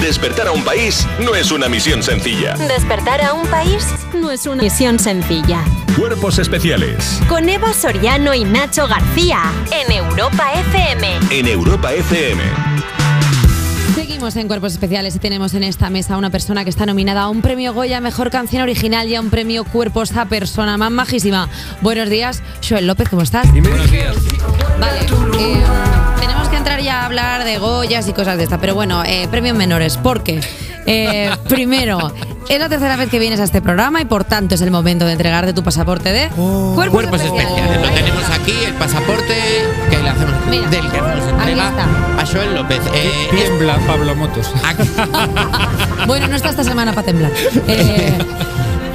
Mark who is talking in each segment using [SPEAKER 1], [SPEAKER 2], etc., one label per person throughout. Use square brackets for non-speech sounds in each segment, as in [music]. [SPEAKER 1] Despertar a un país no es una misión sencilla.
[SPEAKER 2] Despertar a un país no es una misión sencilla.
[SPEAKER 1] Cuerpos especiales.
[SPEAKER 2] Con Eva Soriano y Nacho García. En Europa FM.
[SPEAKER 1] En Europa FM.
[SPEAKER 3] Seguimos en Cuerpos Especiales y tenemos en esta mesa a una persona que está nominada a un premio Goya Mejor Canción Original y a un premio Cuerpos a Persona Más Majísima. Buenos días, Joel López, ¿cómo estás?
[SPEAKER 4] Buenos días.
[SPEAKER 3] Vale, eh, tenemos que entrar ya a hablar de Goyas y cosas de esta, pero bueno, eh, premios menores, porque
[SPEAKER 4] [laughs]
[SPEAKER 3] eh, primero, es la tercera vez que vienes a este programa y por tanto es el momento de entregarte tu pasaporte de cuerpos,
[SPEAKER 4] Cuerpos especiales. Lo tenemos aquí, el pasaporte que le hacemos,
[SPEAKER 3] Mira,
[SPEAKER 4] del que nos
[SPEAKER 3] ahí
[SPEAKER 4] entrega
[SPEAKER 3] está.
[SPEAKER 4] a Joel López. Eh,
[SPEAKER 5] Tiembla Pablo Motos.
[SPEAKER 4] es- aquí-
[SPEAKER 3] Bueno, no está esta semana para temblar.
[SPEAKER 4] [laughs]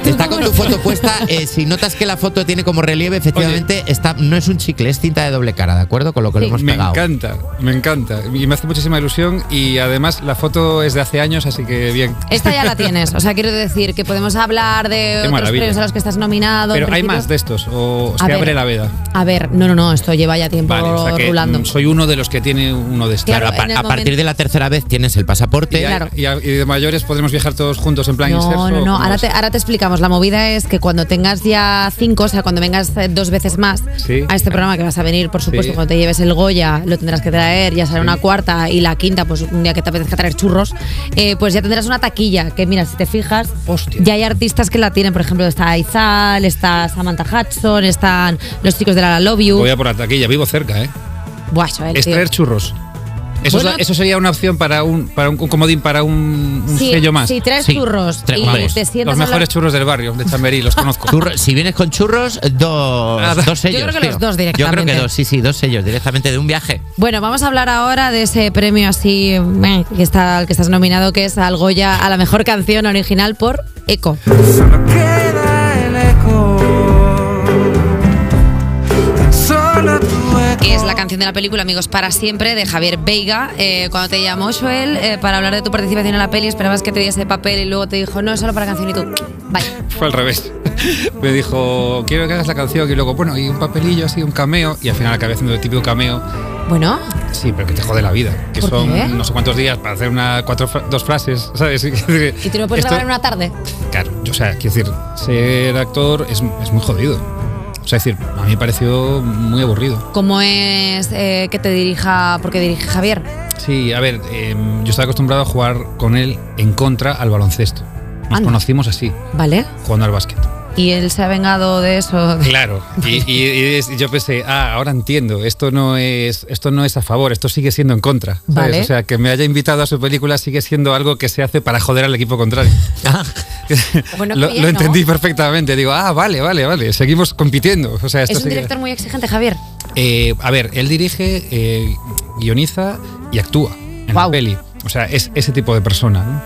[SPEAKER 3] Eh,
[SPEAKER 4] está con tu
[SPEAKER 3] tampoco-
[SPEAKER 4] foto puesta.
[SPEAKER 3] [laughs]
[SPEAKER 4] eh, si notas que la foto tiene como relieve, efectivamente está, no es un chicle, es cinta de doble cara, ¿de acuerdo? Con lo que lo
[SPEAKER 3] Sí.
[SPEAKER 4] hemos
[SPEAKER 5] Me
[SPEAKER 4] pegado.
[SPEAKER 5] encanta, me encanta. Y me hace muchísima ilusión. Y además, la foto es de hace años, así que bien.
[SPEAKER 3] Esta
[SPEAKER 5] [laughs]
[SPEAKER 3] ya la tienes. O sea, quiero decir que podemos hablar de otros
[SPEAKER 5] maravilla.
[SPEAKER 3] premios a los que estás nominado.
[SPEAKER 5] Pero
[SPEAKER 3] en
[SPEAKER 5] hay
[SPEAKER 3] principio-
[SPEAKER 5] más de estos, o
[SPEAKER 3] A
[SPEAKER 5] se
[SPEAKER 3] ver.
[SPEAKER 5] abre la veda.
[SPEAKER 3] A ver, no, no, no, esto lleva ya tiempo
[SPEAKER 5] Vale, o sea que
[SPEAKER 3] rulando.
[SPEAKER 5] mm, soy uno de los que tiene uno de estos.
[SPEAKER 4] Claro, a,
[SPEAKER 3] Claro, en el
[SPEAKER 4] pa- a partir
[SPEAKER 3] momento-
[SPEAKER 4] de la tercera vez tienes el pasaporte.
[SPEAKER 5] Y, hay-
[SPEAKER 3] claro.
[SPEAKER 5] y a- y de mayores podremos viajar todos juntos en plan inserso,
[SPEAKER 3] No, no, no.
[SPEAKER 5] ¿cómo
[SPEAKER 3] Ahora
[SPEAKER 5] es?
[SPEAKER 3] te, ahora te explicamos. La movida es que cuando tengas ya cinco, o sea, cuando vengas eh, dos veces más
[SPEAKER 5] Sí.
[SPEAKER 3] a este programa que vas a venir, por supuesto,
[SPEAKER 5] Sí.
[SPEAKER 3] cuando te lleves el Goya, lo tendrás que traer, ya será
[SPEAKER 5] Sí.
[SPEAKER 3] una cuarta y la quinta, pues un día que te apetezca traer churros, eh, pues ya tendrás una taquilla. Que mira, si te fijas,
[SPEAKER 5] Hostia.
[SPEAKER 3] ya hay artistas que la tienen. Por ejemplo, está Izal, está Samantha Hudson, están los chicos de la Love You.
[SPEAKER 5] Voy a por la taquilla, vivo cerca, ¿eh?
[SPEAKER 3] Buah, Joel, tío.
[SPEAKER 5] Extraer churros. Eso, es
[SPEAKER 3] Bueno.
[SPEAKER 5] la- eso sería una opción para un, para un, un comodín, para un, un
[SPEAKER 3] Sí,
[SPEAKER 5] sello más.
[SPEAKER 3] Si traes
[SPEAKER 4] Sí,
[SPEAKER 3] churros
[SPEAKER 4] tres,
[SPEAKER 3] y
[SPEAKER 4] vamos.
[SPEAKER 3] te sientas
[SPEAKER 5] Los
[SPEAKER 3] a hablar-
[SPEAKER 5] mejores churros del barrio, de Chamberí, los
[SPEAKER 4] [laughs]
[SPEAKER 5] conozco.
[SPEAKER 4] Churro- si vienes con churros, dos,
[SPEAKER 5] Ah,
[SPEAKER 4] dos
[SPEAKER 3] yo
[SPEAKER 4] sellos.
[SPEAKER 3] creo que
[SPEAKER 4] tío.
[SPEAKER 3] los dos
[SPEAKER 4] Yo creo
[SPEAKER 3] directamente.
[SPEAKER 4] que dos, sí, sí, dos sellos directamente de un viaje.
[SPEAKER 3] Bueno, vamos a hablar ahora de ese premio así meh, que está al que estás nominado, que es al Goya a la mejor canción original por Eco.
[SPEAKER 6] Solo queda el eco. Tan Solo tu eco.
[SPEAKER 3] Que es la canción de la película Amigos para siempre de Javier Veiga. Eh, cuando te llamó Joel eh, para hablar de tu participación en la peli, esperabas que te diese papel y luego te dijo, no, es solo para canción y tú. Vaya.
[SPEAKER 5] Fue al revés. [laughs] Me dijo, quiero que hagas la canción y luego, bueno, y un papelillo así, un cameo. Y al final acabé haciendo el típico cameo.
[SPEAKER 3] Bueno,
[SPEAKER 5] Sí, pero que te jode la vida. Que
[SPEAKER 3] ¿Por
[SPEAKER 5] son
[SPEAKER 3] qué?
[SPEAKER 5] no sé cuántos días para hacer una, cuatro, fra- dos frases, ¿sabes? [laughs]
[SPEAKER 3] y tú lo puedes grabar en una tarde.
[SPEAKER 5] Claro, yo, o sea, quiero decir, ser actor es, es muy jodido. O sea, es decir, a mí me pareció muy aburrido.
[SPEAKER 3] ¿Cómo es eh, que te dirija, porque dirige Javier?
[SPEAKER 5] Sí, a ver, em, yo estaba acostumbrado a jugar con él en contra al baloncesto. Nos
[SPEAKER 3] Anda.
[SPEAKER 5] conocimos así,
[SPEAKER 3] ¿Vale?
[SPEAKER 5] jugando al básquet.
[SPEAKER 3] Y él se ha vengado de eso.
[SPEAKER 5] Claro, y, y- y es- yo pensé, ah, ahora entiendo, esto no es esto no es a favor, esto sigue siendo en contra. ¿sabes?
[SPEAKER 3] Vale.
[SPEAKER 5] O sea, que me haya invitado a su película sigue siendo algo que se hace para joder al equipo contrario.
[SPEAKER 3] Ah.
[SPEAKER 5] [laughs]
[SPEAKER 3] Bueno,
[SPEAKER 5] lo,
[SPEAKER 3] qué bien,
[SPEAKER 5] lo
[SPEAKER 3] ¿no?
[SPEAKER 5] entendí perfectamente, digo, ah, vale, vale, vale, seguimos compitiendo. O sea, esto
[SPEAKER 3] Es un
[SPEAKER 5] sigue-
[SPEAKER 3] director muy exigente, Javier.
[SPEAKER 5] Eh, a ver, él dirige, eh, guioniza y actúa en
[SPEAKER 3] Guau.
[SPEAKER 5] la peli. O sea, es ese tipo de persona. ¿no?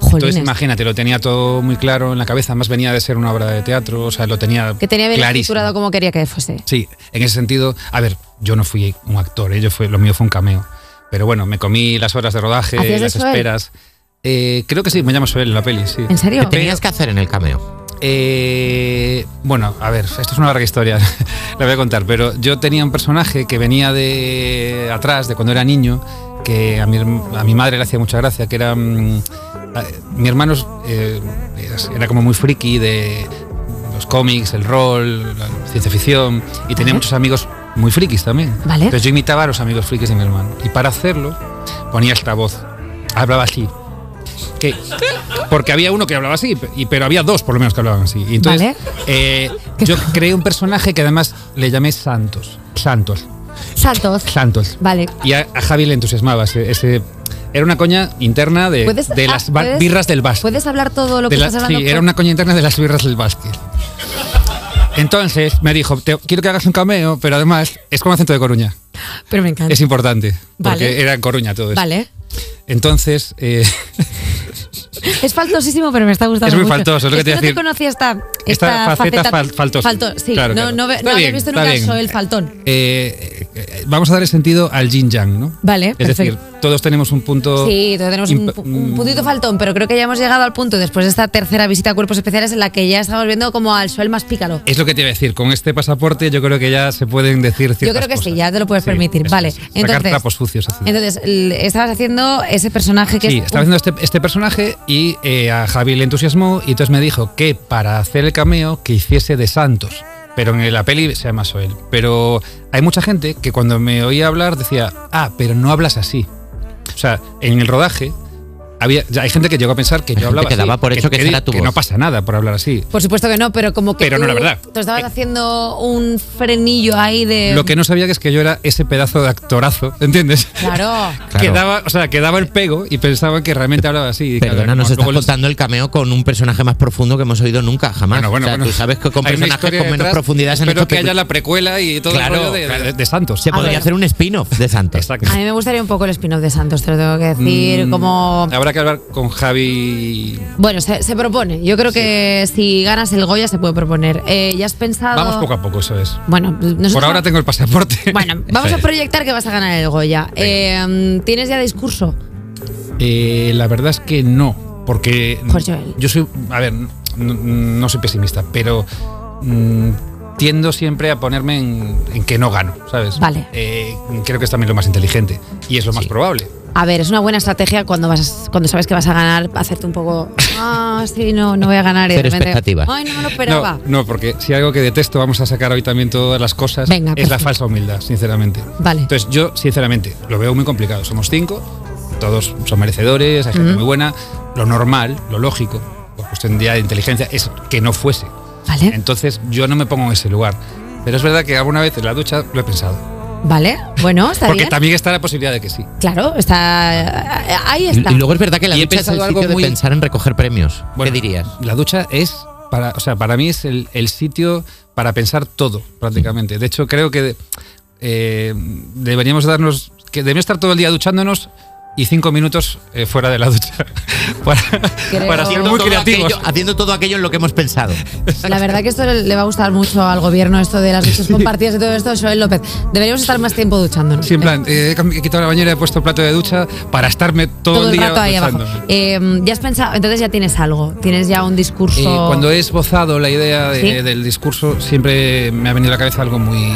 [SPEAKER 3] Jolines.
[SPEAKER 5] Entonces, imagínate, lo tenía todo muy claro en la cabeza, más venía de ser una obra de teatro, o sea, lo tenía
[SPEAKER 3] Que tenía bien
[SPEAKER 5] clarísimo.
[SPEAKER 3] estructurado como quería que fuese.
[SPEAKER 5] Sí, en ese sentido, a ver, yo no fui un actor, ¿eh? yo fui, lo mío fue un cameo. Pero bueno, me comí las horas de rodaje,
[SPEAKER 3] ¿Hacías de
[SPEAKER 5] las
[SPEAKER 3] Joel?
[SPEAKER 5] esperas. Eh, creo que sí, me llama Soel en la peli, sí.
[SPEAKER 3] ¿En
[SPEAKER 4] ¿Qué
[SPEAKER 3] serio?
[SPEAKER 4] tenías que hacer en el cameo?
[SPEAKER 5] Eh, bueno, a ver, esto es una larga historia, [laughs] la voy a contar, pero yo tenía un personaje que venía de atrás, de cuando era niño, que a mi, herm- a mi madre le hacía mucha gracia, que era... mm, a- mi hermano es, eh, es- era como muy friki de los cómics, el rol, la ciencia ficción, y tenía muchos amigos muy frikis también.
[SPEAKER 3] Vale.
[SPEAKER 5] Entonces yo imitaba a los amigos frikis de mi hermano, y para hacerlo ponía esta voz, hablaba así. Que- porque había uno que hablaba así, pe- y- pero había dos por lo menos que hablaban así. Y entonces, eh, yo creé un personaje que además le llamé Santos. Santos.
[SPEAKER 3] Santos.
[SPEAKER 5] Santos.
[SPEAKER 3] Vale.
[SPEAKER 5] Y a, a Javi le entusiasmaba ese, ese- Era una coña interna de,
[SPEAKER 3] ¿Puedes-
[SPEAKER 5] Eh, de
[SPEAKER 3] ah,
[SPEAKER 5] las ba-
[SPEAKER 3] puedes-
[SPEAKER 5] birras del básquet.
[SPEAKER 3] ¿Puedes hablar todo lo que
[SPEAKER 5] De la-
[SPEAKER 3] estás hablando?
[SPEAKER 5] sí, era una coña interna de las birras del básquet. Entonces me dijo, "Te- quiero que hagas un cameo, pero además es con acento de Coruña.
[SPEAKER 3] Pero me encanta.
[SPEAKER 5] Es importante. Porque
[SPEAKER 3] Vale.
[SPEAKER 5] era en Coruña todo eso. [laughs]
[SPEAKER 3] Vale.
[SPEAKER 5] Entonces, eh,
[SPEAKER 3] Es faltosísimo, pero me está gustando.
[SPEAKER 5] Es muy
[SPEAKER 3] mucho.
[SPEAKER 5] faltoso, es lo que
[SPEAKER 3] que
[SPEAKER 5] te iba a
[SPEAKER 3] no
[SPEAKER 5] decir.
[SPEAKER 3] te conocía esta,
[SPEAKER 5] Esta
[SPEAKER 3] esta
[SPEAKER 5] faceta fal- faltosa.
[SPEAKER 3] falto- sí,
[SPEAKER 5] Claro,
[SPEAKER 3] no,
[SPEAKER 5] claro.
[SPEAKER 3] no, ve- no
[SPEAKER 5] Está
[SPEAKER 3] había
[SPEAKER 5] bien,
[SPEAKER 3] visto
[SPEAKER 5] está
[SPEAKER 3] nunca
[SPEAKER 5] bien.
[SPEAKER 3] eso, el faltón.
[SPEAKER 5] Eh, eh, vamos a dar sentido al yin yang, ¿no?
[SPEAKER 3] Vale,
[SPEAKER 5] Es
[SPEAKER 3] perfecto.
[SPEAKER 5] decir, todos tenemos un punto.
[SPEAKER 3] Sí, entonces tenemos un,
[SPEAKER 5] imp- mm.
[SPEAKER 3] pu- un puntito faltón, pero creo que ya hemos llegado al punto después de esta tercera visita a cuerpos especiales en la que ya estamos viendo como al suel más pícaro.
[SPEAKER 5] Es lo que te iba a decir. Con este pasaporte, yo creo que ya se pueden decir ciertas
[SPEAKER 3] Yo creo que sí,
[SPEAKER 5] cosas.
[SPEAKER 3] ya te lo puedes
[SPEAKER 5] Sí,
[SPEAKER 3] permitir.
[SPEAKER 5] eso
[SPEAKER 3] vale,
[SPEAKER 5] es. Sacar
[SPEAKER 3] entonces.
[SPEAKER 5] trapos sucios. hacia-
[SPEAKER 3] Entonces, l- estabas haciendo ese personaje que
[SPEAKER 5] Sí,
[SPEAKER 3] es.
[SPEAKER 5] estaba haciendo este, este personaje y eh, a Javi le entusiasmó y entonces me dijo que para hacer el cameo que hiciese de Santos, pero en la peli se llama Soel. Pero hay mucha gente que cuando me oía hablar decía, ah, pero no hablas así. O sea, en el rodaje había, ya hay gente que llegó a pensar que
[SPEAKER 4] Hay
[SPEAKER 5] yo
[SPEAKER 4] gente
[SPEAKER 5] hablaba
[SPEAKER 4] que
[SPEAKER 5] así,
[SPEAKER 4] daba por hecho que esa era tu voz.
[SPEAKER 5] no pasa nada por hablar así.
[SPEAKER 3] Por supuesto que no, pero como que.
[SPEAKER 5] Pero no
[SPEAKER 3] tú-
[SPEAKER 5] era verdad.
[SPEAKER 3] Tú estabas
[SPEAKER 5] Eh,
[SPEAKER 3] haciendo un frenillo ahí de.
[SPEAKER 5] Lo que no sabía que es que yo era ese pedazo de actorazo, ¿entiendes?
[SPEAKER 3] Claro.
[SPEAKER 5] [laughs] Que
[SPEAKER 4] Claro.
[SPEAKER 5] daba, o sea, que daba el pego y pensaba que realmente hablaba así. Y claro,
[SPEAKER 4] Perdona,
[SPEAKER 5] como
[SPEAKER 4] nos estás
[SPEAKER 5] luego los-
[SPEAKER 4] contando el cameo con un personaje más profundo que hemos oído nunca, jamás.
[SPEAKER 5] Bueno, bueno,
[SPEAKER 4] o sea,
[SPEAKER 5] bueno.
[SPEAKER 4] tú sabes que con
[SPEAKER 5] Hay una
[SPEAKER 4] personajes
[SPEAKER 5] historia
[SPEAKER 4] con menos
[SPEAKER 5] detrás.
[SPEAKER 4] profundidad se han
[SPEAKER 5] Espero
[SPEAKER 4] hecho
[SPEAKER 5] que haya
[SPEAKER 4] películas.
[SPEAKER 5] la precuela y todo
[SPEAKER 4] Claro,
[SPEAKER 5] el rollo de,
[SPEAKER 4] claro.
[SPEAKER 5] de- de Santos.
[SPEAKER 4] Se podría
[SPEAKER 3] bueno.
[SPEAKER 4] hacer un spin-off de Santos.
[SPEAKER 5] Exacto.
[SPEAKER 3] A mí me gustaría un poco el spin-off de Santos, te lo tengo que decir.
[SPEAKER 5] Mm,
[SPEAKER 3] Como.
[SPEAKER 5] Habrá que hablar con Javi.
[SPEAKER 3] Bueno, se, se propone. Yo creo que si ganas el Goya se puede proponer. Eh, ¿Ya has pensado.?
[SPEAKER 5] Vamos poco a poco, eso es.
[SPEAKER 3] Bueno, nosotros-
[SPEAKER 5] Por ahora tengo el pasaporte.
[SPEAKER 3] Pues Bueno, vamos a proyectar que vas a ganar el Goya. Eh, ¿Tienes ya discurso?
[SPEAKER 5] [laughs] Eh, la verdad es que no, porque
[SPEAKER 3] Por Joel.
[SPEAKER 5] yo soy, a ver, n- n- no soy pesimista, pero mm, tiendo siempre a ponerme en, en que no gano, ¿sabes?
[SPEAKER 3] Vale.
[SPEAKER 5] Eh, creo que es también lo más inteligente y es lo más probable.
[SPEAKER 3] A ver, es una buena estrategia cuando vas cuando sabes que vas a ganar, hacerte un
[SPEAKER 4] [laughs]
[SPEAKER 3] poco. Ah, sí, no, no voy a ganar. y de
[SPEAKER 4] Cero
[SPEAKER 3] repente,
[SPEAKER 4] expectativas.
[SPEAKER 3] Ay, no me lo
[SPEAKER 5] No,
[SPEAKER 3] esperaba.
[SPEAKER 5] no, porque si algo que detesto vamos a sacar hoy también todas las cosas
[SPEAKER 3] Venga,
[SPEAKER 5] es la
[SPEAKER 3] perfecto.
[SPEAKER 5] falsa humildad, sinceramente.
[SPEAKER 3] Vale.
[SPEAKER 5] Entonces yo, sinceramente, lo veo muy complicado. Somos cinco, todos son merecedores, hay gente muy buena. Lo normal, lo lógico, por cuestión ya de inteligencia, es que no fuese.
[SPEAKER 3] Vale,
[SPEAKER 5] Entonces yo no me pongo en ese lugar. Pero es verdad que alguna vez en la ducha lo he pensado.
[SPEAKER 3] vale. Bueno, está
[SPEAKER 5] Porque
[SPEAKER 3] bien.
[SPEAKER 5] también está la posibilidad de que sí.
[SPEAKER 3] Claro, está. Ahí
[SPEAKER 4] Y
[SPEAKER 3] está.
[SPEAKER 4] luego es verdad que la
[SPEAKER 5] Y he
[SPEAKER 4] ducha es el
[SPEAKER 5] pensado algo
[SPEAKER 4] sitio de
[SPEAKER 5] muy-
[SPEAKER 4] pensar en recoger premios. ¿Qué
[SPEAKER 5] Bueno,
[SPEAKER 4] dirías?
[SPEAKER 5] La ducha es, para, o sea, para mí es el, el sitio para pensar todo, prácticamente. De hecho, creo que eh, deberíamos darnos, que deberíamos estar todo el día duchándonos y cinco minutos eh, fuera de la ducha [laughs] para,
[SPEAKER 3] Creo-
[SPEAKER 5] para ser
[SPEAKER 3] Haciendo
[SPEAKER 5] muy
[SPEAKER 4] Todo
[SPEAKER 5] creativos.
[SPEAKER 4] aquello- haciendo todo aquello en lo que hemos pensado.
[SPEAKER 3] La verdad que esto le va a gustar mucho al gobierno, esto de las luchas compartidas y todo esto, Joel López. Deberíamos estar más tiempo duchándonos.
[SPEAKER 5] Sí, en plan, eh, he cam- he quitado la bañera, he puesto plato de ducha para estarme todo,
[SPEAKER 3] todo el
[SPEAKER 5] día
[SPEAKER 3] rato ahí abajo.
[SPEAKER 5] duchándome.
[SPEAKER 3] Eh, ya has pensado, entonces ya tienes algo, tienes ya un discurso.
[SPEAKER 5] Eh, cuando he esbozado la idea de-
[SPEAKER 3] Sí.
[SPEAKER 5] del discurso, siempre me ha venido a la cabeza algo muy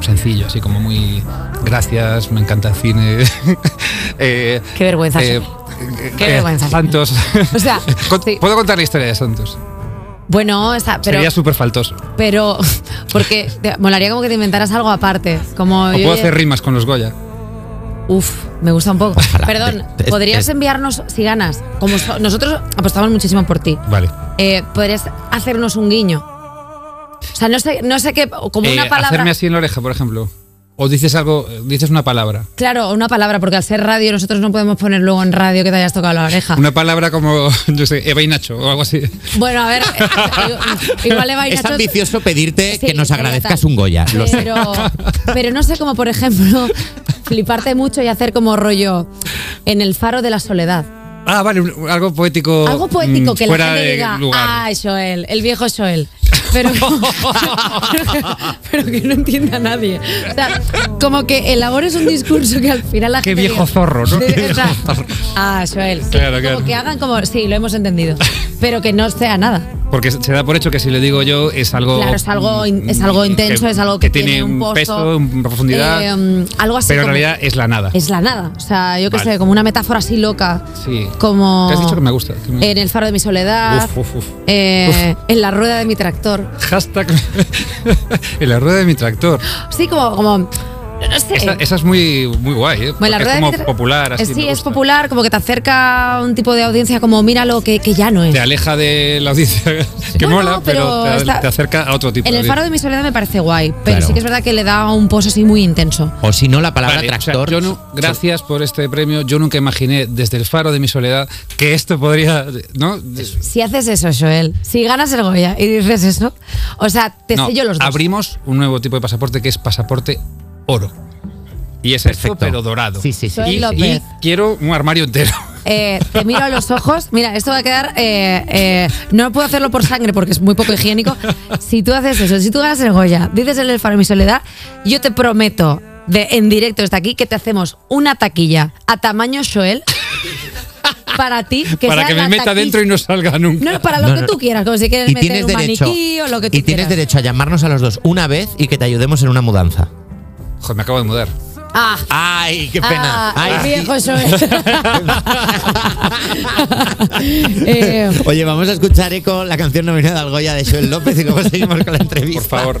[SPEAKER 5] sencillo, así como muy gracias, me encanta el cine. [laughs] Eh,
[SPEAKER 3] Qué vergüenza,
[SPEAKER 5] eh,
[SPEAKER 3] Qué
[SPEAKER 5] eh,
[SPEAKER 3] vergüenza.
[SPEAKER 5] Santos.
[SPEAKER 3] [laughs] O
[SPEAKER 5] [laughs]
[SPEAKER 3] sea,
[SPEAKER 5] Cont-
[SPEAKER 3] sí.
[SPEAKER 5] Puedo contar la historia de Santos.
[SPEAKER 3] Bueno, está, pero,
[SPEAKER 5] Sería súper faltoso.
[SPEAKER 3] pero [laughs] porque te, molaría como que te inventaras algo aparte, como
[SPEAKER 5] O
[SPEAKER 3] yo
[SPEAKER 5] puedo
[SPEAKER 3] ya-
[SPEAKER 5] hacer rimas con los Goya.
[SPEAKER 3] Uf, me gusta un poco.
[SPEAKER 4] Ojalá.
[SPEAKER 3] Perdón,
[SPEAKER 4] Es- es-
[SPEAKER 3] podrías
[SPEAKER 4] es-
[SPEAKER 3] enviarnos si ganas, como so- nosotros apostamos muchísimo por ti.
[SPEAKER 5] Vale.
[SPEAKER 3] Eh, podrías hacernos un guiño. O sea, no sé, no sé qué, como
[SPEAKER 5] Eh,
[SPEAKER 3] una palabra.
[SPEAKER 5] Hacerme así en la oreja, por ejemplo. O dices algo, eh, dices una palabra.
[SPEAKER 3] Claro, una palabra, porque al ser radio nosotros no podemos poner luego en radio que te hayas tocado la oreja.
[SPEAKER 5] Una palabra como, [laughs] yo sé, Eva y Nacho o algo así.
[SPEAKER 3] Bueno,
[SPEAKER 5] [laughs]
[SPEAKER 3] a ver, eh, igual le va a ir
[SPEAKER 4] Es
[SPEAKER 3] Nacho-
[SPEAKER 4] ambicioso pedirte
[SPEAKER 3] Sí,
[SPEAKER 4] que nos
[SPEAKER 3] total.
[SPEAKER 4] agradezcas un Goya. Lo sé.
[SPEAKER 3] pero, pero no sé cómo, por ejemplo, [laughs] fliparte mucho y hacer como rollo en el faro de la soledad.
[SPEAKER 5] Ah, vale, un- algo poético.
[SPEAKER 3] Algo poético
[SPEAKER 5] mm,
[SPEAKER 3] que la
[SPEAKER 5] fuera
[SPEAKER 3] gente
[SPEAKER 5] de
[SPEAKER 3] diga, "Ah,
[SPEAKER 5] lugar.
[SPEAKER 3] ay, Joel, el viejo Joel. Pero,
[SPEAKER 5] [laughs]
[SPEAKER 3] pero que no entienda a nadie. O sea, como que elabores un discurso que al final la
[SPEAKER 5] Qué
[SPEAKER 3] gente
[SPEAKER 5] viejo zorro, ¿no?
[SPEAKER 3] [laughs] De-
[SPEAKER 5] Qué viejo
[SPEAKER 3] o sea,
[SPEAKER 5] zorro.
[SPEAKER 3] Ah, Joel. sí,
[SPEAKER 5] Claro,
[SPEAKER 3] como
[SPEAKER 5] claro.
[SPEAKER 3] que hagan como, sí, lo hemos entendido. Pero que no sea nada.
[SPEAKER 5] Porque se da por hecho que si le digo yo es algo.
[SPEAKER 3] Claro, es algo, in- es algo
[SPEAKER 5] mm,
[SPEAKER 3] intenso, es algo que,
[SPEAKER 5] tiene, un
[SPEAKER 3] pozo,
[SPEAKER 5] peso, una profundidad.
[SPEAKER 3] eh, um, algo así.
[SPEAKER 5] pero en
[SPEAKER 3] como-
[SPEAKER 5] realidad es la nada.
[SPEAKER 3] Es la nada. O sea, yo qué
[SPEAKER 5] Vale.
[SPEAKER 3] sé, como una metáfora así loca.
[SPEAKER 5] Sí.
[SPEAKER 3] Como. Eh,
[SPEAKER 5] Te has dicho que me gusta, que me-
[SPEAKER 3] En el faro de mi soledad.
[SPEAKER 5] Uf, uf, uf.
[SPEAKER 3] eh, En la rueda de mi tractor.
[SPEAKER 5] Hashtag [laughs] en la rueda de mi tractor.
[SPEAKER 3] Sí, como. como no sé.
[SPEAKER 5] Esa, esa es muy, muy guay, ¿eh?
[SPEAKER 3] Eh, Bueno, la
[SPEAKER 5] Porque
[SPEAKER 3] rueda
[SPEAKER 5] es
[SPEAKER 3] de
[SPEAKER 5] como
[SPEAKER 3] mi tra-
[SPEAKER 5] popular. Así,
[SPEAKER 3] Eh,
[SPEAKER 5] me
[SPEAKER 3] sí, es
[SPEAKER 5] gusta.
[SPEAKER 3] popular, como que te acerca a un tipo de audiencia, como míralo, que, que ya no es.
[SPEAKER 5] Te aleja de la audiencia, que
[SPEAKER 3] Bueno,
[SPEAKER 5] mola,
[SPEAKER 3] pero
[SPEAKER 5] pero, te,
[SPEAKER 3] está-
[SPEAKER 5] te acerca a otro tipo
[SPEAKER 3] En
[SPEAKER 5] de
[SPEAKER 3] el faro
[SPEAKER 5] audiencia.
[SPEAKER 3] de mi soledad me parece guay, pero
[SPEAKER 4] Claro.
[SPEAKER 3] sí que es verdad que le da un pozo así muy intenso.
[SPEAKER 4] O si no, la palabra
[SPEAKER 5] Vale, o sea,
[SPEAKER 4] tractor.
[SPEAKER 5] yo no- gracias por este premio. Yo nunca imaginé desde el faro de mi soledad que esto podría. ¿no?
[SPEAKER 3] Si haces eso, Joel, si ganas el Goya y dices eso, o sea, te
[SPEAKER 5] No,
[SPEAKER 3] sello los dos.
[SPEAKER 5] Abrimos un nuevo tipo de pasaporte que es pasaporte oro. Y es esto,
[SPEAKER 4] Perfecto.
[SPEAKER 5] pero dorado.
[SPEAKER 4] Sí, sí, sí.
[SPEAKER 5] Y,
[SPEAKER 3] Soy López.
[SPEAKER 5] y quiero un armario entero.
[SPEAKER 3] eh, te miro a los ojos. Mira, esto va a quedar. eh, eh, no puedo hacerlo por sangre porque es muy poco higiénico. Si tú haces eso, si tú ganas el Goya, dices el Elfaro y mi soledad, yo te prometo, de, en directo desde aquí, que te hacemos una taquilla a tamaño Joel para ti. [laughs] Que
[SPEAKER 5] [laughs] para
[SPEAKER 3] sea
[SPEAKER 5] que me
[SPEAKER 3] la
[SPEAKER 5] meta
[SPEAKER 3] taquilla-
[SPEAKER 5] dentro y no salga nunca.
[SPEAKER 3] No, no, para lo
[SPEAKER 4] No,
[SPEAKER 3] que
[SPEAKER 4] no.
[SPEAKER 3] tú quieras, como si quieres
[SPEAKER 4] Y
[SPEAKER 3] meter
[SPEAKER 4] tienes
[SPEAKER 3] un
[SPEAKER 4] derecho.
[SPEAKER 3] maniquí o lo que tú
[SPEAKER 4] y tienes
[SPEAKER 3] quieras.
[SPEAKER 4] derecho a llamarnos a los dos una vez y que te ayudemos en una mudanza.
[SPEAKER 5] Joder, me acabo de mudar.
[SPEAKER 3] Ah,
[SPEAKER 4] ¡Ay, qué pena!
[SPEAKER 3] Ah, el
[SPEAKER 4] Ay,
[SPEAKER 3] viejo
[SPEAKER 4] sí. [laughs]
[SPEAKER 3] Joel. [laughs] Eh,
[SPEAKER 4] [laughs] Oye, vamos a escuchar eco la canción nominada al Goya de Joel López y cómo [laughs] seguimos con la entrevista.
[SPEAKER 5] Por favor.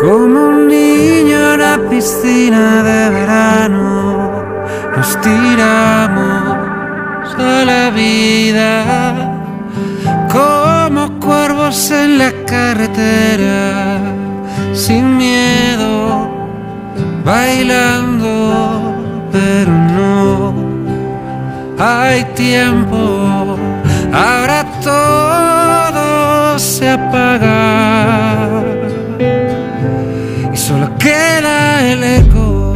[SPEAKER 6] Como un niño en la piscina de verano, nos tiramos a la vida. Como cuervos en la carretera, sin miedo, bailando, pero no hay tiempo, ahora todo se apaga y solo queda el eco,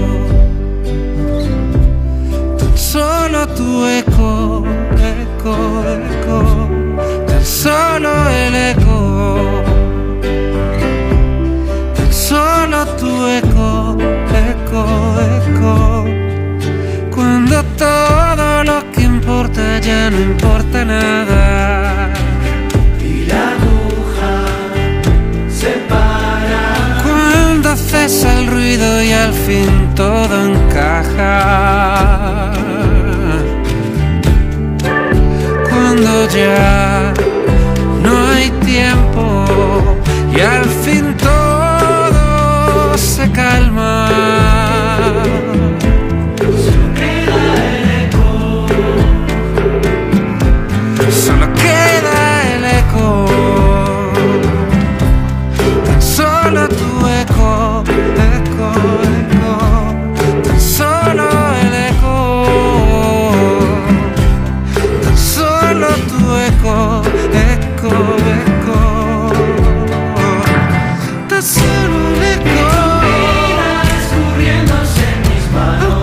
[SPEAKER 6] tan solo tu eco, eco, eco, tan solo el eco, tan solo tu eco, eco, eco cuando todo lo que importa ya no importa nada. Y la aguja se para. Cuando cesa el ruido y al fin todo encaja. Cuando ya no hay tiempo y al fin todo se calma. solo queda el eco, tan solo tu eco, eco, eco, tan solo el eco, tan solo tu eco, eco, eco, tan solo el eco. No queda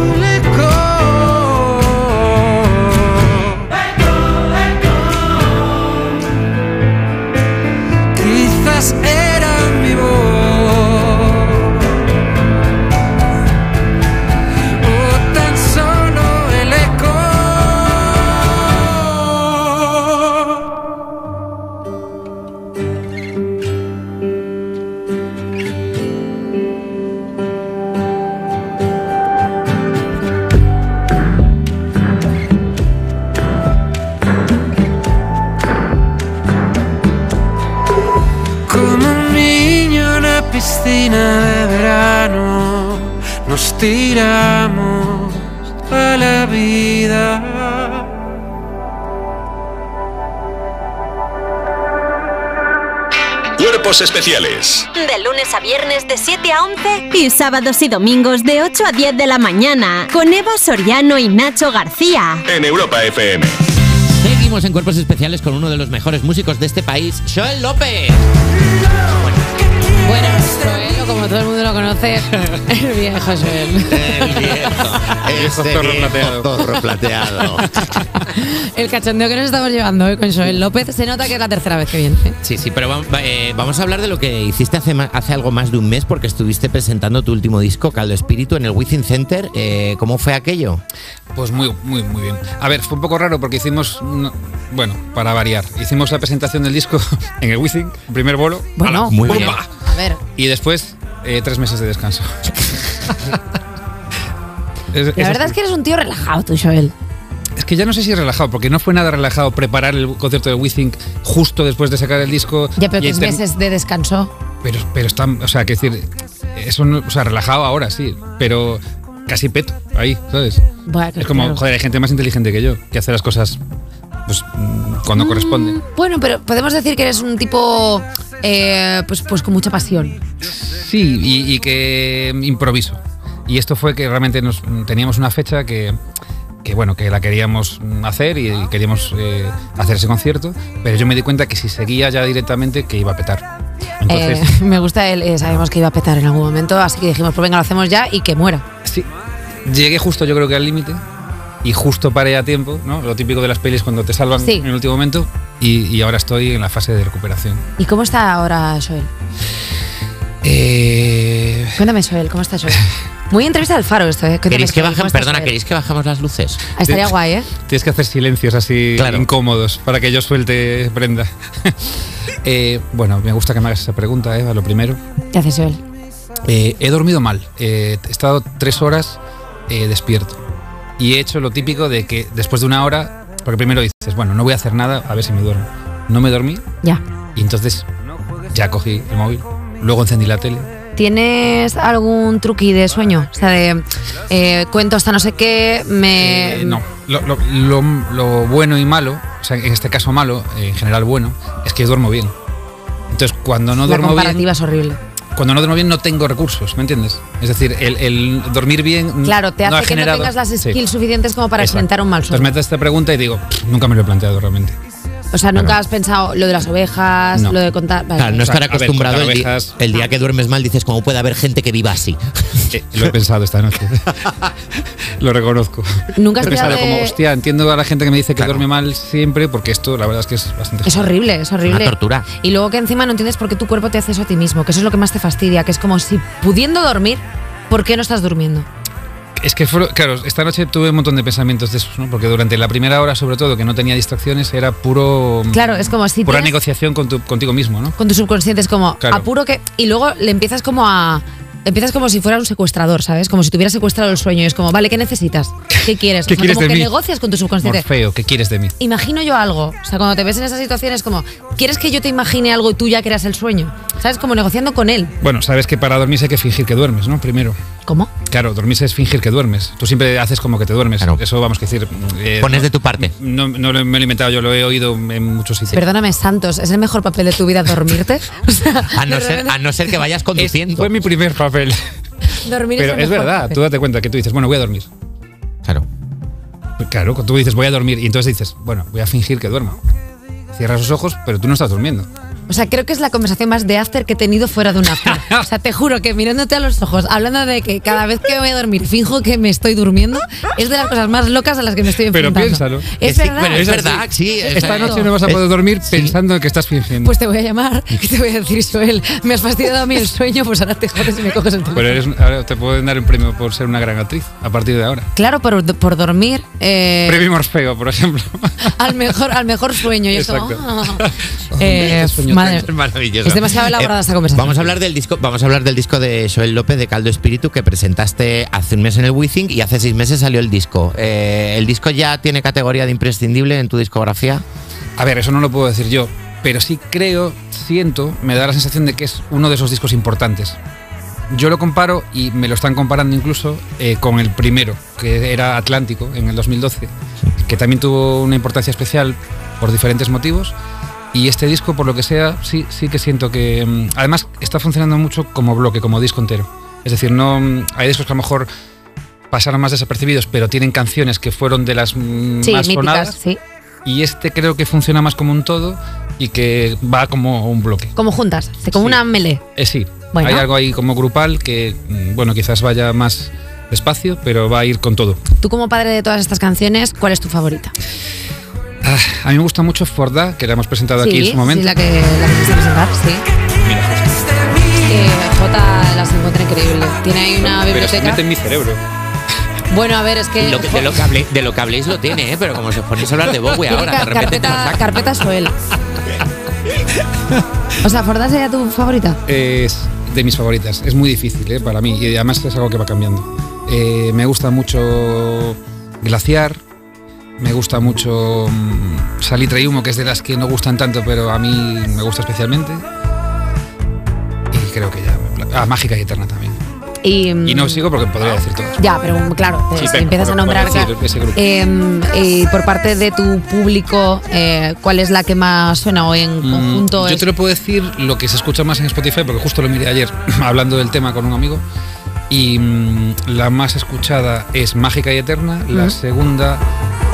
[SPEAKER 6] un eco, tan solo un eco. Quizás era mi voz, o tan solo el eco. Como un niño en una piscina de verano, nos tiramos a la vida.
[SPEAKER 1] Cuerpos especiales
[SPEAKER 2] De lunes a viernes de 7 a 11 y sábados y domingos de 8 a 10 de la mañana con Eva Soriano y Nacho García.
[SPEAKER 1] en Europa FM.
[SPEAKER 4] Seguimos en Cuerpos Especiales con uno de los mejores músicos de este país, Joel López.
[SPEAKER 3] bueno, Joel, o como todo el mundo lo conoce, el viejo Joel.
[SPEAKER 4] El viejo,
[SPEAKER 5] este zorro viejo plateado.
[SPEAKER 3] El cachondeo que nos estamos llevando hoy con Joel López se nota que es la tercera vez que viene. ¿eh?
[SPEAKER 4] Sí, sí, pero vam- va- eh, vamos a hablar de lo que hiciste hace, ma- hace algo más de un mes porque estuviste presentando tu último disco, Caldo Espíritu, en el Within Center. Eh, ¿Cómo fue aquello?
[SPEAKER 5] Pues muy, muy, muy bien. A ver, fue un poco raro porque hicimos, una- bueno, para variar, hicimos la presentación del disco [laughs] en el Wizzing, primer bolo.
[SPEAKER 3] Bueno,
[SPEAKER 5] ¡Hala!
[SPEAKER 4] muy
[SPEAKER 5] ¡Bomba!
[SPEAKER 4] bien.
[SPEAKER 3] A ver,
[SPEAKER 5] Y después, eh, tres meses de
[SPEAKER 3] [laughs]
[SPEAKER 5] descanso. Es-
[SPEAKER 3] la
[SPEAKER 5] es
[SPEAKER 3] verdad
[SPEAKER 5] así.
[SPEAKER 3] es que eres un tío relajado tú, Joel.
[SPEAKER 5] Es que ya no sé si relajado, porque no fue nada relajado preparar el concierto de Withink justo después de sacar el disco.
[SPEAKER 3] Ya, pero
[SPEAKER 5] y este-
[SPEAKER 3] tres
[SPEAKER 5] ter-
[SPEAKER 3] meses de descanso.
[SPEAKER 5] Pero, pero está, o sea, que decir, eso no- o sea, relajado ahora sí, pero casi peto ahí, ¿sabes?
[SPEAKER 3] Bueno, Pues
[SPEAKER 5] es como,
[SPEAKER 3] claro.
[SPEAKER 5] joder, hay gente más inteligente que yo, que hace las cosas pues, mm, cuando corresponde.
[SPEAKER 3] Bueno, pero podemos decir que eres un tipo eh, pues, pues con mucha pasión.
[SPEAKER 5] Sí, y, y que mm, improviso. Y esto fue que realmente nos, mm, teníamos una fecha que, que, bueno, que la queríamos mm, hacer y, y queríamos eh, hacer ese concierto, pero yo me di cuenta que si seguía ya directamente que iba a petar. Entonces,
[SPEAKER 3] Eh, [laughs] me gusta él, eh, sabemos que iba a petar en algún momento, así que dijimos, pues venga, lo hacemos ya y que muera.
[SPEAKER 5] [laughs] Sí. Llegué justo, yo creo que al límite. Y justo paré a tiempo, ¿no? Lo típico de las pelis cuando te salvan
[SPEAKER 3] Sí.
[SPEAKER 5] en el último momento. Y, y ahora estoy en la fase de recuperación.
[SPEAKER 3] ¿Y cómo está ahora Joel?
[SPEAKER 5] Eh,
[SPEAKER 3] Cuéntame, Joel, ¿cómo
[SPEAKER 5] [laughs]
[SPEAKER 3] está Joel? Muy entrevista al faro esto, ¿eh? Cuéntame,
[SPEAKER 4] ¿Queréis que
[SPEAKER 3] Joel, ¿cómo
[SPEAKER 4] bajen?
[SPEAKER 3] está
[SPEAKER 4] Perdona,
[SPEAKER 3] Joel?
[SPEAKER 4] ¿queréis que bajamos las luces?
[SPEAKER 3] Ah, Estaría guay, ¿eh?
[SPEAKER 5] Tienes que hacer silencios así
[SPEAKER 4] Claro.
[SPEAKER 5] incómodos para que yo suelte prenda. [laughs] Eh, bueno, me gusta que me hagas esa pregunta, Eva, lo primero.
[SPEAKER 3] ¿Qué haces, Joel?
[SPEAKER 5] Eh, he dormido mal. Eh, he estado tres horas eh, despierto. Y he hecho lo típico de que después de una hora, porque primero dices, bueno, no voy a hacer nada, a ver si me duermo. No me dormí
[SPEAKER 3] Ya.
[SPEAKER 5] y entonces ya cogí el móvil. Luego encendí la tele.
[SPEAKER 3] ¿Tienes algún truqui de sueño? O sea, de eh, cuento hasta no sé qué, me...
[SPEAKER 5] Eh, no, lo, lo- lo- lo bueno y malo, o sea, en este caso malo, eh, en general bueno, es que yo duermo bien. Entonces, cuando no
[SPEAKER 3] la
[SPEAKER 5] duermo
[SPEAKER 3] comparativa
[SPEAKER 5] bien,
[SPEAKER 3] es horrible.
[SPEAKER 5] cuando no duermo bien no tengo recursos, ¿me entiendes? Es decir, el, el dormir bien
[SPEAKER 3] Claro, te
[SPEAKER 5] Mm, no ha
[SPEAKER 3] hace que no
[SPEAKER 5] generado-
[SPEAKER 3] tengas las
[SPEAKER 5] Sí.
[SPEAKER 3] skills suficientes como para
[SPEAKER 5] Exacto.
[SPEAKER 3] enfrentar un mal
[SPEAKER 5] Entonces me
[SPEAKER 3] sueño.
[SPEAKER 5] haces esta pregunta y digo, nunca me lo he
[SPEAKER 3] [laughs]
[SPEAKER 5] planteado realmente.
[SPEAKER 3] O sea, nunca
[SPEAKER 5] Claro.
[SPEAKER 3] has pensado lo de las ovejas,
[SPEAKER 5] No.
[SPEAKER 3] lo de contar... vale.
[SPEAKER 4] Claro, no estar
[SPEAKER 5] a ver,
[SPEAKER 4] acostumbrado
[SPEAKER 5] contar
[SPEAKER 4] el, di-
[SPEAKER 5] ovejas.
[SPEAKER 4] el día que duermes mal dices cómo puede haber gente que viva así.
[SPEAKER 5] Eh, lo he pensado esta noche. [laughs] lo reconozco.
[SPEAKER 3] Nunca has
[SPEAKER 5] he pensado
[SPEAKER 3] tirado de-
[SPEAKER 5] como, hostia, entiendo a la gente que me dice que
[SPEAKER 4] Claro.
[SPEAKER 5] duerme mal siempre, porque esto la verdad es que es bastante.
[SPEAKER 3] Es horrible, es horrible.
[SPEAKER 4] Una tortura.
[SPEAKER 3] Y luego que encima no entiendes por qué tu cuerpo te hace eso a ti mismo, que eso es lo que más te fastidia, que es como si pudiendo dormir, ¿por qué no estás durmiendo?
[SPEAKER 5] Es que, fueron- claro, esta noche tuve un montón de pensamientos de esos, ¿no? Porque durante la primera hora, sobre todo, que no tenía distracciones, era puro. mm,
[SPEAKER 3] Claro, es como si
[SPEAKER 5] Pura
[SPEAKER 3] tienes-
[SPEAKER 5] negociación con tu- contigo mismo, ¿no?
[SPEAKER 3] Con tu subconsciente es como
[SPEAKER 5] Claro.
[SPEAKER 3] apuro que y luego le empiezas como a empiezas como si fuera un secuestrador, ¿sabes? Como si tuviera secuestrado el sueño, y es como, vale, ¿qué necesitas? ¿Qué quieres?
[SPEAKER 5] [laughs] ¿Qué
[SPEAKER 3] O sea,
[SPEAKER 5] quieres
[SPEAKER 3] como
[SPEAKER 5] de
[SPEAKER 3] que
[SPEAKER 5] mí?
[SPEAKER 3] negocias con tu subconsciente.
[SPEAKER 5] Morfeo, ¿qué quieres de mí?
[SPEAKER 3] Imagino yo algo, o sea, cuando te ves en esas situaciones como, ¿quieres que yo te imagine algo y tú ya creas el sueño? ¿Sabes? Como negociando con él.
[SPEAKER 5] Bueno, sabes que para dormirse hay que fingir que duermes, ¿no? Primero.
[SPEAKER 3] ¿Cómo?
[SPEAKER 5] Claro, dormirse es fingir que duermes. Tú siempre haces como que te duermes.
[SPEAKER 4] Claro.
[SPEAKER 5] Eso vamos a decir. eh,
[SPEAKER 4] Pones Pues de tu parte.
[SPEAKER 5] No, no lo- me lo he inventado, yo lo he oído en muchos sitios.
[SPEAKER 3] Perdóname, Santos, ¿es el mejor papel de tu vida dormirte? [laughs] O sea,
[SPEAKER 4] A no,
[SPEAKER 3] de
[SPEAKER 4] ser,
[SPEAKER 3] repente,
[SPEAKER 4] a no ser que [laughs] vayas
[SPEAKER 5] Es-
[SPEAKER 4] conduciendo.
[SPEAKER 5] fue mi primer papel.
[SPEAKER 3] dormir
[SPEAKER 5] Pero
[SPEAKER 3] el
[SPEAKER 5] es
[SPEAKER 3] mejor
[SPEAKER 5] verdad,
[SPEAKER 3] papel.
[SPEAKER 5] tú date cuenta que tú dices, bueno, voy a dormir.
[SPEAKER 4] Claro.
[SPEAKER 5] Claro, tú dices, voy a dormir. Y entonces dices, bueno, voy a fingir que duermo. Cierras los ojos, pero tú no estás durmiendo.
[SPEAKER 3] O sea, creo que es la conversación más de after que he tenido fuera de un after.
[SPEAKER 5] [laughs]
[SPEAKER 3] O sea, te juro que mirándote a los ojos, hablando de que cada vez que voy a dormir finjo que me estoy durmiendo, es de las cosas más locas a las que me estoy
[SPEAKER 5] Pero
[SPEAKER 3] enfrentando.
[SPEAKER 5] piénsalo.
[SPEAKER 3] Es
[SPEAKER 4] Sí,
[SPEAKER 3] verdad.
[SPEAKER 4] pero es
[SPEAKER 5] Es así.
[SPEAKER 4] verdad, sí. es-
[SPEAKER 5] Esta
[SPEAKER 3] Exacto.
[SPEAKER 5] noche no vas a poder
[SPEAKER 4] Es-
[SPEAKER 5] dormir
[SPEAKER 4] sí.
[SPEAKER 5] pensando que estás fingiendo.
[SPEAKER 3] Pues te voy a llamar y te voy a decir, Joel, me has fastidiado a mí el sueño, pues ahora te jodes y me coges el teléfono.
[SPEAKER 5] pero eres, ahora te pueden dar un premio por ser una gran actriz a partir de ahora.
[SPEAKER 3] Claro, por, por dormir eh,
[SPEAKER 5] premio Morfeo, por ejemplo.
[SPEAKER 3] al mejor al mejor sueño. Y
[SPEAKER 5] [laughs]
[SPEAKER 3] es como,
[SPEAKER 5] Exacto.
[SPEAKER 3] ah. Eh,
[SPEAKER 5] Qué sueño
[SPEAKER 3] madre.
[SPEAKER 5] tan maravilloso.
[SPEAKER 3] Es demasiado elaborada
[SPEAKER 4] Eh,
[SPEAKER 3] esta conversación.
[SPEAKER 4] Vamos a hablar del disco, vamos a hablar del disco de Joel López de Caldo Espíritu que presentaste hace un mes en el Withing y hace seis meses salió el disco. Eh, ¿El disco ya tiene categoría de imprescindible en tu discografía?
[SPEAKER 5] A ver, eso no lo puedo decir yo, pero sí creo, siento, me da la sensación de que es uno de esos discos importantes. Yo lo comparo y me lo están comparando incluso eh, con el primero, que era Atlántico en el 2012, que también tuvo una importancia especial por diferentes motivos. Y este disco, por lo que sea, sí, sí que siento que. mm, Además, está funcionando mucho como bloque, como disco entero. Es decir, no mm, hay discos que a lo mejor pasaron más desapercibidos, pero tienen canciones que fueron de las mm,
[SPEAKER 3] Sí,
[SPEAKER 5] más
[SPEAKER 3] míticas,
[SPEAKER 5] sonadas
[SPEAKER 3] sí.
[SPEAKER 5] y este creo que funciona más como un todo y que va como un bloque.
[SPEAKER 3] Como juntas, como
[SPEAKER 5] Sí.
[SPEAKER 3] una melee.
[SPEAKER 5] Eh, sí,
[SPEAKER 3] Bueno.
[SPEAKER 5] hay algo ahí como grupal que, mm, bueno, quizás vaya más despacio, pero va a ir con todo.
[SPEAKER 3] Tú como padre de todas estas canciones, ¿cuál es tu favorita?
[SPEAKER 5] Ah, a mí me gusta mucho Forda, que la hemos presentado aquí en
[SPEAKER 3] sí,
[SPEAKER 5] su momento.
[SPEAKER 3] sí, la que la que quisiste presentar, sí. Eh, Jota las encuentra increíble. Tiene ahí una
[SPEAKER 5] pero se
[SPEAKER 3] biblioteca.
[SPEAKER 5] mete en mi cerebro.
[SPEAKER 3] Bueno, a ver, es que.
[SPEAKER 4] Lo que- de, lo que hablé- de lo que habléis lo tiene, ¿eh? pero como se os ponéis a hablar de Bowie
[SPEAKER 3] Tiene
[SPEAKER 4] ahora, de
[SPEAKER 3] ca-
[SPEAKER 4] repente te lo
[SPEAKER 3] carpeta,
[SPEAKER 4] sacan.
[SPEAKER 3] carpeta Soel. [laughs] O sea, Forda sería tu favorita.
[SPEAKER 5] Es de mis favoritas. Es muy difícil eh, para mí y además es algo que va cambiando. Eh, me gusta mucho Glaciar, me gusta mucho mm, Salitre y Humo, que es de las que no gustan tanto, pero a mí me gusta especialmente. Y creo que ya. me pla- Ah, Mágica y Eterna también.
[SPEAKER 3] Y, mm,
[SPEAKER 5] Y no sigo porque podría decir todo.
[SPEAKER 3] Ya, pero um, claro, te-
[SPEAKER 5] Sí,
[SPEAKER 3] si
[SPEAKER 5] pero
[SPEAKER 3] empiezas a
[SPEAKER 5] por-
[SPEAKER 3] nombrar.
[SPEAKER 5] por decir
[SPEAKER 3] claro.
[SPEAKER 5] ese grupo.
[SPEAKER 3] Em, y por parte de tu público, eh, ¿cuál es la que más suena hoy en conjunto?
[SPEAKER 5] Mm, yo
[SPEAKER 3] Es-
[SPEAKER 5] te lo puedo decir lo que se escucha más en Spotify, porque justo lo miré ayer [clears throat] hablando del tema con un amigo. Y mm, la más escuchada es Mágica y Eterna, la segunda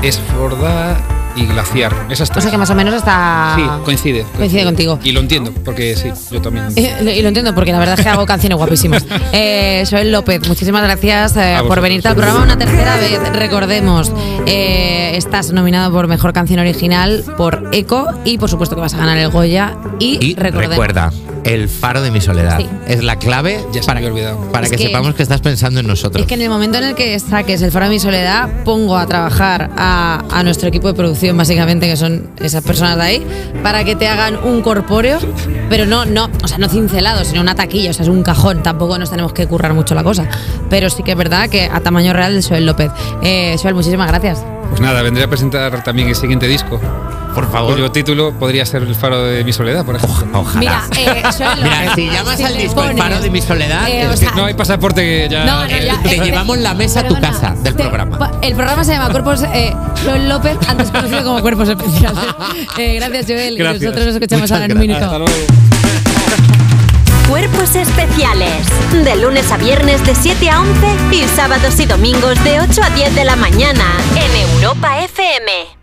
[SPEAKER 5] es Forda y Glaciar. Esas
[SPEAKER 3] O
[SPEAKER 5] tres.
[SPEAKER 3] sea que más o menos está...
[SPEAKER 5] Sí, coincide.
[SPEAKER 3] Coincide contigo.
[SPEAKER 5] Y lo entiendo, porque sí, yo también.
[SPEAKER 3] Eh, lo- [laughs] Y lo entiendo porque la verdad es que hago canciones
[SPEAKER 5] [laughs]
[SPEAKER 3] guapísimas. Eh, Joel López, muchísimas gracias eh,
[SPEAKER 5] A
[SPEAKER 3] por
[SPEAKER 5] vosotros,
[SPEAKER 3] venirte al
[SPEAKER 5] por
[SPEAKER 3] programa una tercera vez. Recordemos, eh, estás nominado por Mejor Canción Original, por Eco y por supuesto que vas a ganar el Goya. Y,
[SPEAKER 4] Y
[SPEAKER 3] recordemos-
[SPEAKER 4] recuerda, el faro de mi soledad
[SPEAKER 3] Sí.
[SPEAKER 4] es la clave
[SPEAKER 5] Ya se
[SPEAKER 4] para,
[SPEAKER 5] me había olvidado.
[SPEAKER 4] para
[SPEAKER 3] Es
[SPEAKER 4] que,
[SPEAKER 3] que-
[SPEAKER 4] sepamos que estás pensando en nosotros.
[SPEAKER 3] Es que en el momento en el que saques el Faro de mi Soledad, pongo a trabajar a, a nuestro equipo de producción, básicamente, que son esas personas de ahí, para que te hagan un corpóreo, pero no, no, o sea, no cincelado, sino una taquilla, o sea, es un cajón. Tampoco nos tenemos que currar mucho la cosa. Pero sí que es verdad que a tamaño real de Joel López. Eh, Joel, muchísimas gracias.
[SPEAKER 5] Pues nada, vendré a presentar también el siguiente disco.
[SPEAKER 4] Por favor.
[SPEAKER 5] Cuyo título podría ser El faro de mi soledad, por ejemplo.
[SPEAKER 4] Ojalá.
[SPEAKER 3] Mira, eh, Joel
[SPEAKER 4] [laughs] Mira,
[SPEAKER 3] López,
[SPEAKER 4] si llamas
[SPEAKER 3] si
[SPEAKER 4] al
[SPEAKER 3] le
[SPEAKER 4] disco El
[SPEAKER 3] pones-
[SPEAKER 4] faro de mi soledad,
[SPEAKER 3] Eh,
[SPEAKER 4] es
[SPEAKER 3] o
[SPEAKER 4] que-
[SPEAKER 3] sea,
[SPEAKER 5] No hay pasaporte que ya.
[SPEAKER 3] No, no, ya.
[SPEAKER 4] Te
[SPEAKER 3] eh,
[SPEAKER 4] llevamos la mesa a tu casa del programa.
[SPEAKER 3] pa- El programa se llama Cuerpos eh, Joel López, antes conocido como Cuerpos Especiales.
[SPEAKER 4] [laughs]
[SPEAKER 3] Eh, gracias, Joel. Y
[SPEAKER 5] Gracias.
[SPEAKER 3] Nosotros nos escuchamos
[SPEAKER 4] Muchas
[SPEAKER 3] ahora en un
[SPEAKER 4] gracias.
[SPEAKER 3] minuto.
[SPEAKER 5] Hasta luego.
[SPEAKER 2] Cuerpos especiales. De lunes a viernes de 7 a 11 y sábados y domingos de 8 a 10 de la mañana en Europa FM.